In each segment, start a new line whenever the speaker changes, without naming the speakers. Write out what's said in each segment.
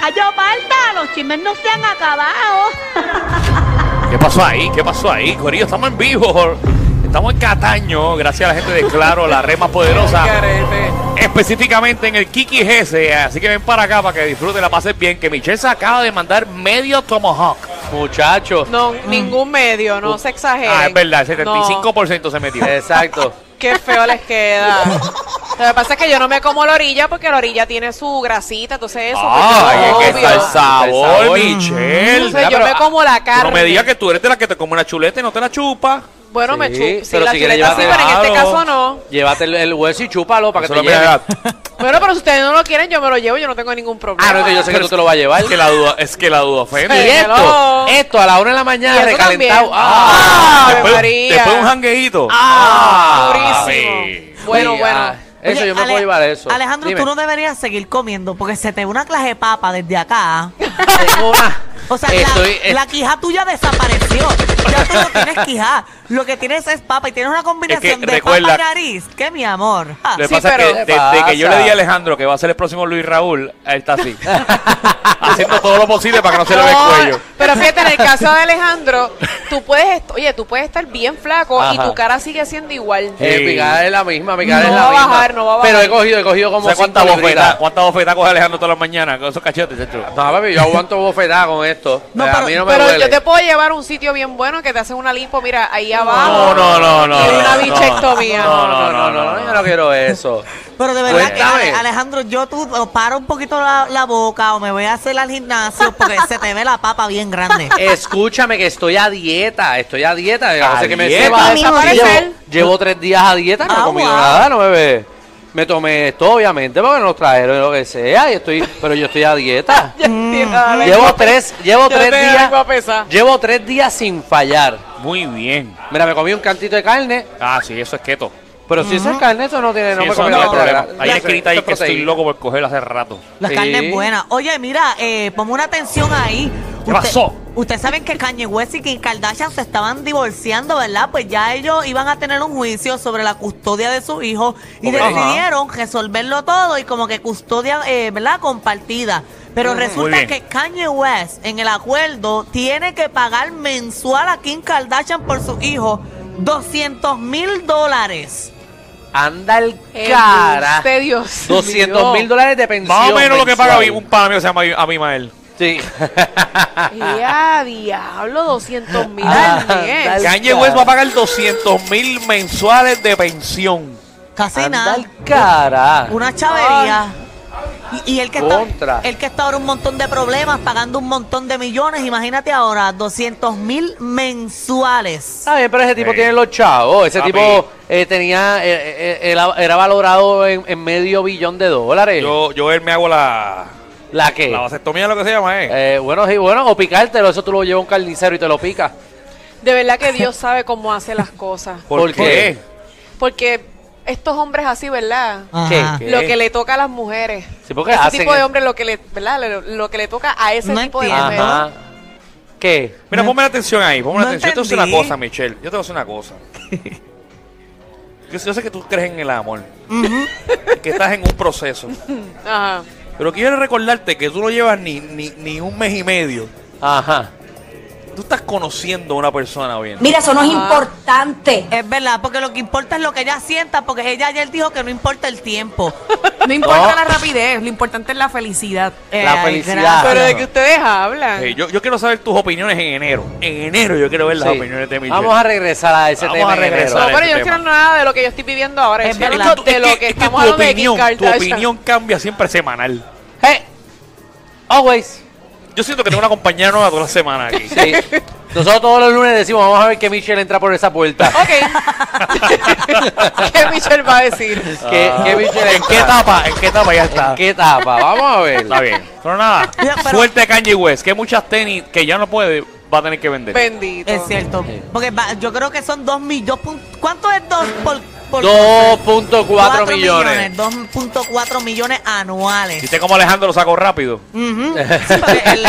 Cayo Balta, los chismes no se han acabado.
¿Qué pasó ahí? ¿Qué pasó ahí? Corillo, estamos en vivo. Estamos en Cataño, gracias a la gente de Claro, la Rema Poderosa. Específicamente en el Kiki GS. Así que ven para acá para que disfruten la pasen bien. Que Michelle se acaba de mandar medio Tomahawk. Muchachos.
No, ningún medio, no se exageren.
Mm. Ah, es verdad, el
No,
75% se metió.
Exacto.
qué feo les queda. Lo que pasa es que yo no me como la orilla porque la orilla tiene su grasita, entonces eso. pues,
Ay,
yo,
es que está el
obvio.
sabor,
Está el sabor.
Michelle.
Entonces,
Ya,
yo
pero,
me como la
ah,
carne.
No me digas que tú eres de la que te come una chuleta y no te la chupa.
Bueno, me
Sí,
chupo. Sí,
pero
la
si quieres
chuleta sí,
llevarte-
pero en este
Claro.
caso no.
Llévate el, el hueso y chúpalo para que
Solo
te
me
lleve.
hagas-
Bueno, pero si ustedes no lo quieren, yo me lo llevo, yo no tengo ningún problema.
Ah, no, es que yo sé que tú te lo vas a llevar.
Es que la duda, es que la duda
Y
ofende.
Hello.
esto, esto a la una de la mañana
Y eso
recalentado.
también.
Ah,
Ave
después,
María.
después un jangueíto.
Ah, durísimo.
sí.
Bueno,
Sí,
bueno.
ah, eso
Oye,
yo me
Ale-
puedo llevar eso.
Alejandro,
Dime.
tú no deberías seguir comiendo porque se te ve una clase de papa desde acá.
Tengo una-
O sea,
Estoy-
la, la quija tuya desapareció. Ya tú no tienes quija. Lo que tienes es papa y tienes una combinación de
recuerda-
papa y nariz. ¿Qué, mi amor? Ah,
Lo que
Sí,
pasa
pero-
es que
¿Qué
desde que yo le di a
pasa?
Alejandro que va a ser el próximo Luis Raúl, él está así. haciendo todo lo posible para que no se le vea
No,
el cuello.
Pero fíjate, en el caso de Alejandro, tú puedes, est- oye, tú puedes estar bien flaco y
Ajá.
tu cara sigue siendo igual.
Eh, mi cara es la misma, mi
No
cara es la
va a
misma.
bajar, no va a
Pero
bajar.
he cogido, he cogido como
¿Sabes cuántas
cinco libritas.
bofetadas cuánta bofetada coge Alejandro todas las mañanas con esos cachetes? chacho?
No, papi, yo aguanto bofetada con esto.
No,
Eh, a
pero-
mí no me
pero
duele.
yo te puedo llevar a un sitio bien bueno que te hacen una lipo, mira, ahí abajo.
No, no, no, no.
Y una
no, no.
bichectomía.
No, no, no, no.
yo no quiero eso.
Pero de verdad que,
Cuéntame.
Ale- Alejandro, yo tú o paro un poquito la, la boca o me voy a hacer al gimnasio porque se te ve la papa bien grande.
Escúchame que estoy a dieta, estoy a dieta. A no ser que me
dieta?
sepa
Va a desaparecer.
Llevo, llevo tres días a dieta, no he
Ah,
comido
wow.
nada, no bebé. Me tomé esto, obviamente, porque no los trajeron y lo que sea, y estoy, pero yo estoy a dieta.
Ya
Mm.
entiendo, ahora
llevo
mismo-
tres, llevo
yo te
tres días,
vengo a pesar.
llevo tres días sin fallar.
Muy bien.
Mira, me comí un cantito de carne,
Ah, sí, eso es keto.
pero si eso es carne, eso no tiene,
Sí,
no me
eso
comí
no
nada.
tiene problema. Hay
Eso-
escrita ahí
eso
que
es
estoy
proteína.
loco por cogerla hace rato.
Las
Sí.
carnes buenas. Oye, mira, eh, ponme una atención ahí.
¿Qué pasó?
Ustedes saben que Kanye West y Kim Kardashian se estaban divorciando, ¿verdad? Pues ya ellos iban a tener un juicio sobre la custodia de sus hijos y
Ok.
decidieron resolverlo todo y como que custodia, eh, ¿verdad? Compartida. Pero resulta
bien.
que Kanye West en el acuerdo tiene que pagar mensual a Kim Kardashian por sus hijos 200 mil dólares.
Anda el
Embuste,
cara.
Dios
200 mil dólares de pensión.
Más o menos lo que
mensual.
paga un pana mío se llama Abimael.
Sí.
dólares. Ya, Ah, diablo, 200 mil
Ah,
al mes.
dale.
Kanye West va a pagar 200 mil mensuales de pensión.
Casi
Anda
nada.
el cara.
Una chavería. Y, y el que
Contra.
está el que está ahora un montón de problemas, pagando un montón de millones, imagínate ahora, 200 mil mensuales.
Está bien, pero ese tipo
Sí.
tiene los chavos. Ese
Papi.
tipo eh, tenía, eh, eh, era- era valorado en, en medio billón de dólares.
Yo, yo él me hago la,
¿La qué?
la vasectomía, lo que se llama, ¿eh?
Eh, bueno, sí, bueno, o picártelo, eso tú lo llevas a un carnicero y te lo pica.
De verdad que Dios sabe cómo hace las cosas.
¿Por,
¿por
qué?
qué?
Porque estos hombres así, ¿verdad?
Ajá.
¿Qué?
Lo que le toca a las mujeres.
Sí, porque
ese
hacen
tipo de
el-
hombre lo que le, ¿verdad? Lo, lo que le toca a ese
No
tipo
entiendo.
de mujeres.
Ajá. ¿Qué?
Mira,
No-
ponme la atención ahí, ponme la
no
atención. Yo te voy a hacer
entendí.
una cosa, Michelle. Yo te voy a hacer una cosa. yo, yo sé que tú crees en el amor,
Ujú.
que estás en un proceso.
Ajá.
Pero quiero recordarte que tú no llevas ni, ni, ni un mes y medio.
Ajá.
Tú estás conociendo a una persona bien.
Mira, eso no es importante.
Es verdad, porque lo que importa es lo que ella sienta, porque ella ayer dijo que no importa el tiempo.
No importa
No.
la rapidez, lo importante es la felicidad.
Eh,
La
ay,
felicidad.
gracias.
Pero
Claro.
de que ustedes hablan.
Eh, yo, yo quiero saber tus opiniones en enero. En enero yo quiero ver las
Sí.
opiniones de Michelle.
Vamos a regresar a ese
Vamos
tema.
a
en enero.
regresar.
no, pero
ese
yo no quiero
este tema.
nada de lo que yo estoy viviendo ahora. Yo
Es
estoy
verdad.
hablando de lo que,
es
estamos
tu
hablando de Kim
opinión, tu
Kardashian.
opinión cambia siempre semanal.
Hey. Always.
Yo siento que tengo una compañera nueva toda la semana aquí.
Sí. Nosotros todos los lunes decimos, vamos a ver que Michelle entra por esa puerta.
Ok. ¿Qué Michelle va a decir?
¿Qué, qué Michelle
Ah. ¿En qué
entra?
etapa? ¿En qué etapa ya está?
¿En qué etapa? Vamos a ver.
Está bien. Pero nada,
Ya, pero-
suerte a Kanye West, que muchas tenis que ya no puede, va a tener que vender.
Bendito.
Es cierto. Porque va- yo creo que son 2 millones. ¿Cuánto es 2 por, por
2.4
cuatro
millones.
2.4 millones anuales.
Viste como Alejandro lo sacó rápido.
Ujú. Sí, porque el-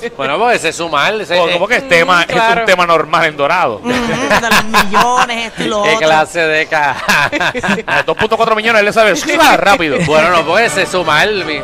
el-
Bueno, porque ese es sumar. Ese,
Porque como Oh, que es,
Mm,
tema, es
claro.
un tema normal en Dorado.
Ujú, de los millones, esto y lo
¿Qué
otro.
clase de ca...
Ah,
Ah,
A 2.4 millones él le sabe, sí, va, rápido.
bueno, no, porque ese es sumar. mi-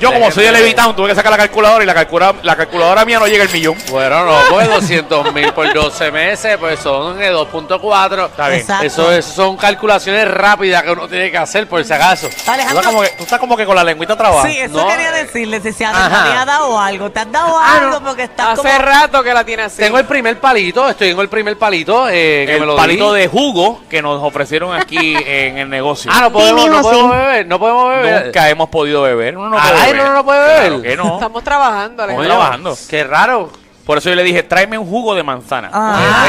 Yo, como soy de Levitown, tuve que sacar la calculadora y la calculadora, la calculadora mía no llega al millón.
Bueno, no, pues 200 mil por 12 meses, pues son eh, 2.4.
Está bien.
Exacto.
Eso, eso son calculaciones rápidas que uno tiene que hacer por si acaso.
Tú estás,
Alejandro,
como que, tú estás como que con la lengüita trabada.
sí, eso
No,
quería
eh,
decirle, si se ha,
ajá. Ah,
te ha dado algo, te has dado algo Ah, porque estás
Ah, Hace
como...
rato que la tiene así.
Tengo el primer palito, estoy en el primer palito. eh, que me
El
lo
palito
di.
de jugo que nos ofrecieron aquí en el negocio.
Ah, no podemos, no
Mínimo,
podemos
sí.
beber, no podemos beber.
Nunca hemos podido beber. Uno no
Ay,
puede
no, no, no puede beber.
Claro que no.
Estamos trabajando,
Coño,
Alejandro.
trabajando.
Qué raro.
Por eso yo le dije, tráeme un jugo de manzana.
Ah,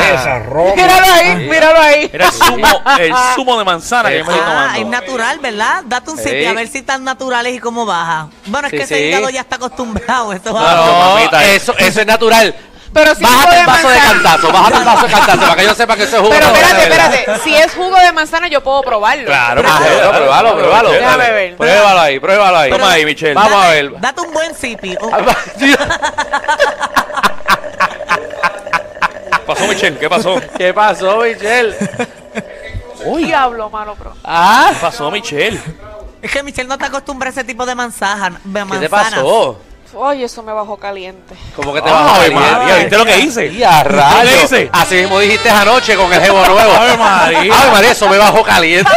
Pues,
Míralo ahí, míralo ahí.
Era el zumo, el zumo de manzana que yo me estoy
ah, es
tomando.
natural, ¿verdad? Date un sitio
Sí.
a ver si están naturales y cómo baja. Bueno, es
Sí,
que
sí.
ese hígado ya está acostumbrado. Eso
No,
va-
Claro, mamita.
eso, eso es natural.
Pero si es jugo
Bájate
de
el vaso de
manzana.
cantazo, bájate el vaso de cantazo para que yo sepa que eso es jugo.
Pero
de manzana
espérate,
de verdad.
espérate. Si es jugo de manzana, yo puedo probarlo.
Claro,
Ah,
Michelle,
bueno,
dale,
pruébalo,
dale,
pruébalo.
Michelle,
Déjame
dale.
ver.
Pruébalo ahí, pruébalo ahí.
Toma ahí, Michelle.
Vamos a
date,
ver.
Date un buen sipi. Oh,
¿Qué pasó, Michelle? ¿Qué pasó? ¿Qué
¿Qué pasó, Michelle?
Diablo, malo, pro.
Ah,
pasó, Michelle?
es que Michelle no está acostumbrada a ese tipo de manzanas. De
¿qué te
manzanas.
pasó?
Ay, eso me bajó caliente.
Como que te vas
Ave
a
María, ¿viste lo que hice?
María,
¿Qué le
rayos.
hice?
Así mismo dijiste anoche con el jevo nuevo.
Ave María.
Ave María, eso me bajó caliente.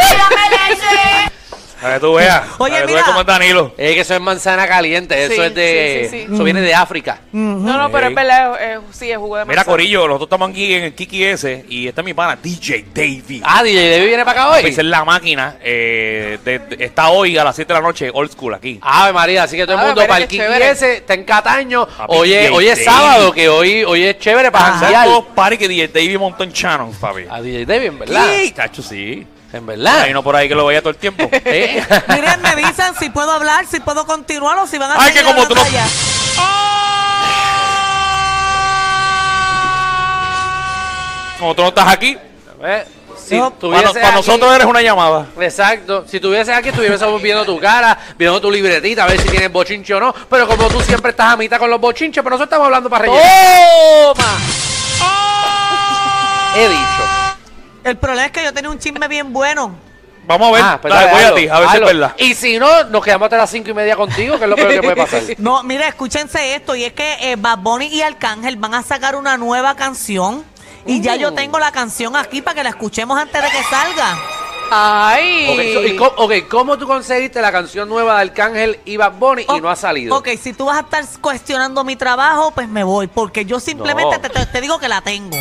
A que tú veas.
Oye,
a que tú
mira.
veas cómo es Danilo.
Es que eso es manzana caliente, eso
Sí,
es de.
sí, Mm. sí, sí.
Eso viene de África.
No, no, pero es verdad, es- es- sí, es jugo de manzana.
Mira, Corillo, nosotros estamos aquí en el Kiki S y esta es mi pana, DJ Davey.
Ah, DJ Debbie viene para acá
Esa es
hoy.
la máquina. eh, de- de- está hoy a las 7 de la noche, old school aquí.
Ave María, así que todo el
Ave
mundo
María,
para el
qué chévere.
15 está en Cataño.
Papi,
Hoy es,
DJ
hoy es
Debbie.
sábado, que hoy, hoy es chévere para janguear.
Santo party que DJ Davey montó en Channels, papi.
A DJ Debbie, en Ah, verdad.
Sí, Tacho, sí.
En verdad.
Hay uno por ahí que lo veía todo el tiempo.
Eh.
Miren, me dicen si puedo hablar, si puedo continuar o si van a
Ay, que
seguir
como
hablando
tú no-
allá.
Como tú no estás aquí,
Eh, si
No,
para,
tuvieses
para
aquí-
nosotros eres una llamada.
Exacto. Si tuvieses aquí, estuviésemos viendo tu cara, viendo tu libretita, a ver si tienes bochinche o no. Pero como tú siempre estás a mitad con los bochinches, pero nosotros estamos hablando para rellenar.
¡Toma!
He dicho.
El problema es que yo tenía un chisme bien bueno.
Vamos a ver.
Ah, pues
Dale,
dale,
voy
hazlo,
a ti, a ver si es
hazlo.
verdad.
Y si no, nos quedamos hasta las cinco y media contigo, que es lo peor que puede pasar.
No, mira, escúchense esto, y es que eh, Bad Bunny y Arcángel van a sacar una nueva canción. Y ya
Mm.
yo tengo la canción aquí para que la escuchemos antes de que salga.
¡Ay!
Ok, so- y co- ok, ¿cómo tú conseguiste la canción nueva de Arcángel y Bad Bunny y no ha salido?
Ok, si tú vas a estar cuestionando mi trabajo, pues me voy, porque yo simplemente
No.
te- te- te digo que la tengo.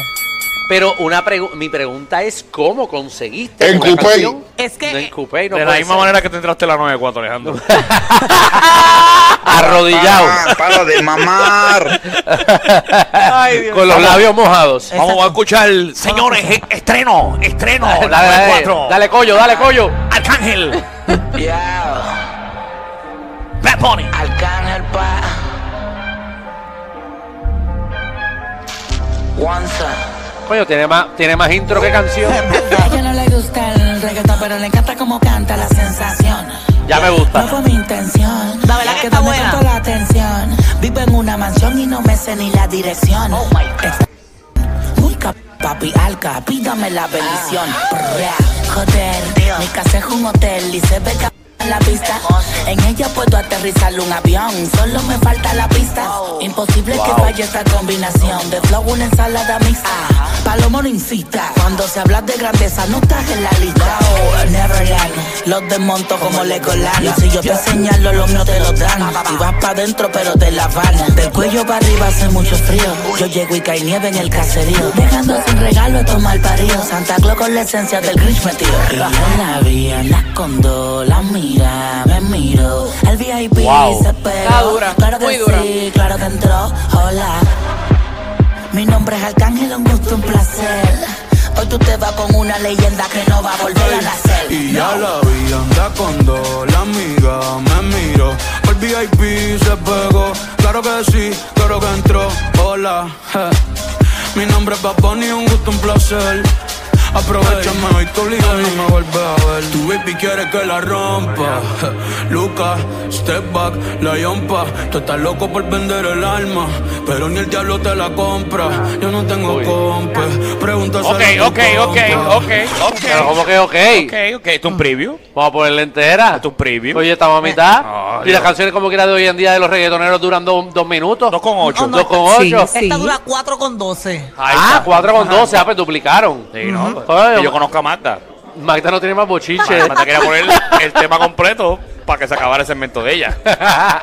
Pero una pregu- mi pregunta es, ¿cómo conseguiste
En
una
Coupé.
canción?
Es que-
No, en Coupé, no
de la
puede
misma
ser.
manera que te entraste la 9-4, Alejandro.
Arrodillado.
Para, para de mamar.
À,
Ay, Dios.
Con los labios mojados.
Exacto.
Vamos a escuchar, señores, e- estreno, estreno, la
Dale, dale, dale.
9-4.
Dale, collo, dale, collo.
Arcángel,
Ya,
Bad Bunny.
Arcángel pa. Wanza.
Coño, tiene más, tiene más intro que canción.
A ella no le gusta el reggaetón, pero le encanta como canta la sensación.
Ya me
No
gusta.
fue mi intención.
La verdad que está
Quedarme
buena.
con toda la atención. Vivo en una mansión y no me sé ni la dirección.
Oh
Está muy cap- Papi alca, pídame la bendición.
Ah.
Brr, Joder, mi casa es un hotel y se ve ca- en la pista. En ella puedo aterrizar un avión, solo me falta la pista. Imposible que falle esta combinación de flow, una ensalada mixta. Palomo no incita, cuando se habla de grandeza no estás en la lista. Oh, Neverland, los desmonto como Legoland. Si yo te señalo, los míos te lo dan. Y vas pa' dentro, pero te la van. Del cuello para arriba hace mucho frío. Yo llego y cae nieve en el caserío. Dejando sin regalo a tomar parío. Santa Claus con la esencia del Grinch metido. Bajé la vía, la escondo, la mira, me miro. El VIP se
Está
pegó.
dura,
claro que
muy dura.
sí, claro que entró. Hola. Mi nombre es Arcángel, un gusto, un placer. Hoy tú te vas con una leyenda que no va a volver a nacer.
Y ya la vi anda cuando la amiga me miró. Por VIP se pegó, claro que sí, claro que entró. Hola, eh. mi nombre es Bad Bunny, un gusto, un placer. Aprovechame hoy tu liga y no me vuelves a ver. Tu baby quiere que la rompa. Lucas, step back, la yompa. Tú estás loco por vender el alma, pero ni el diablo te la compra. Yo no tengo compa. Pregúntaselo
Ok,
a tu
ok, ok,
compa.
ok, ok.
Pero como que ok.
Ok, ok, ¿esto es un preview?
Vamos a ponerle entera.
¿Esto es un preview?
Oye, estamos a mitad.
Ah,
y las
Dios.
canciones como quiera de hoy en día de los reggaetoneros duran dos, dos minutos.
Dos con ocho.
No, no,
Dos con
sí.
ocho.
Esta dura 4 con 12.
Ahí
Ah,
está.
4 con 12. Ah, pues duplicaron.
Sí, no, pues,
Oye,
que yo conozco a Magda.
Magda no tiene más bochiche.
Magda quería poner el tema completo para que se acabara el segmento de ella.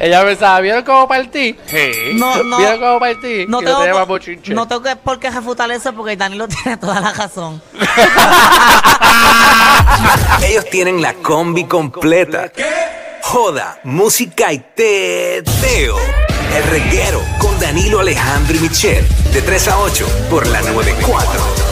Ella pensaba, ¿vieron cómo partí?
Sí.
No, no.
¿Vieron cómo partí?
No
Y no
tengo,
tiene más
por-
bochiche.
no tengo que, por qué refutar eso porque Danilo tiene toda la razón.
Ellos tienen la combi completa. Joda, música y teo. El reguero con Danilo Alejandro y Michel. De 3 a 8 por la 94.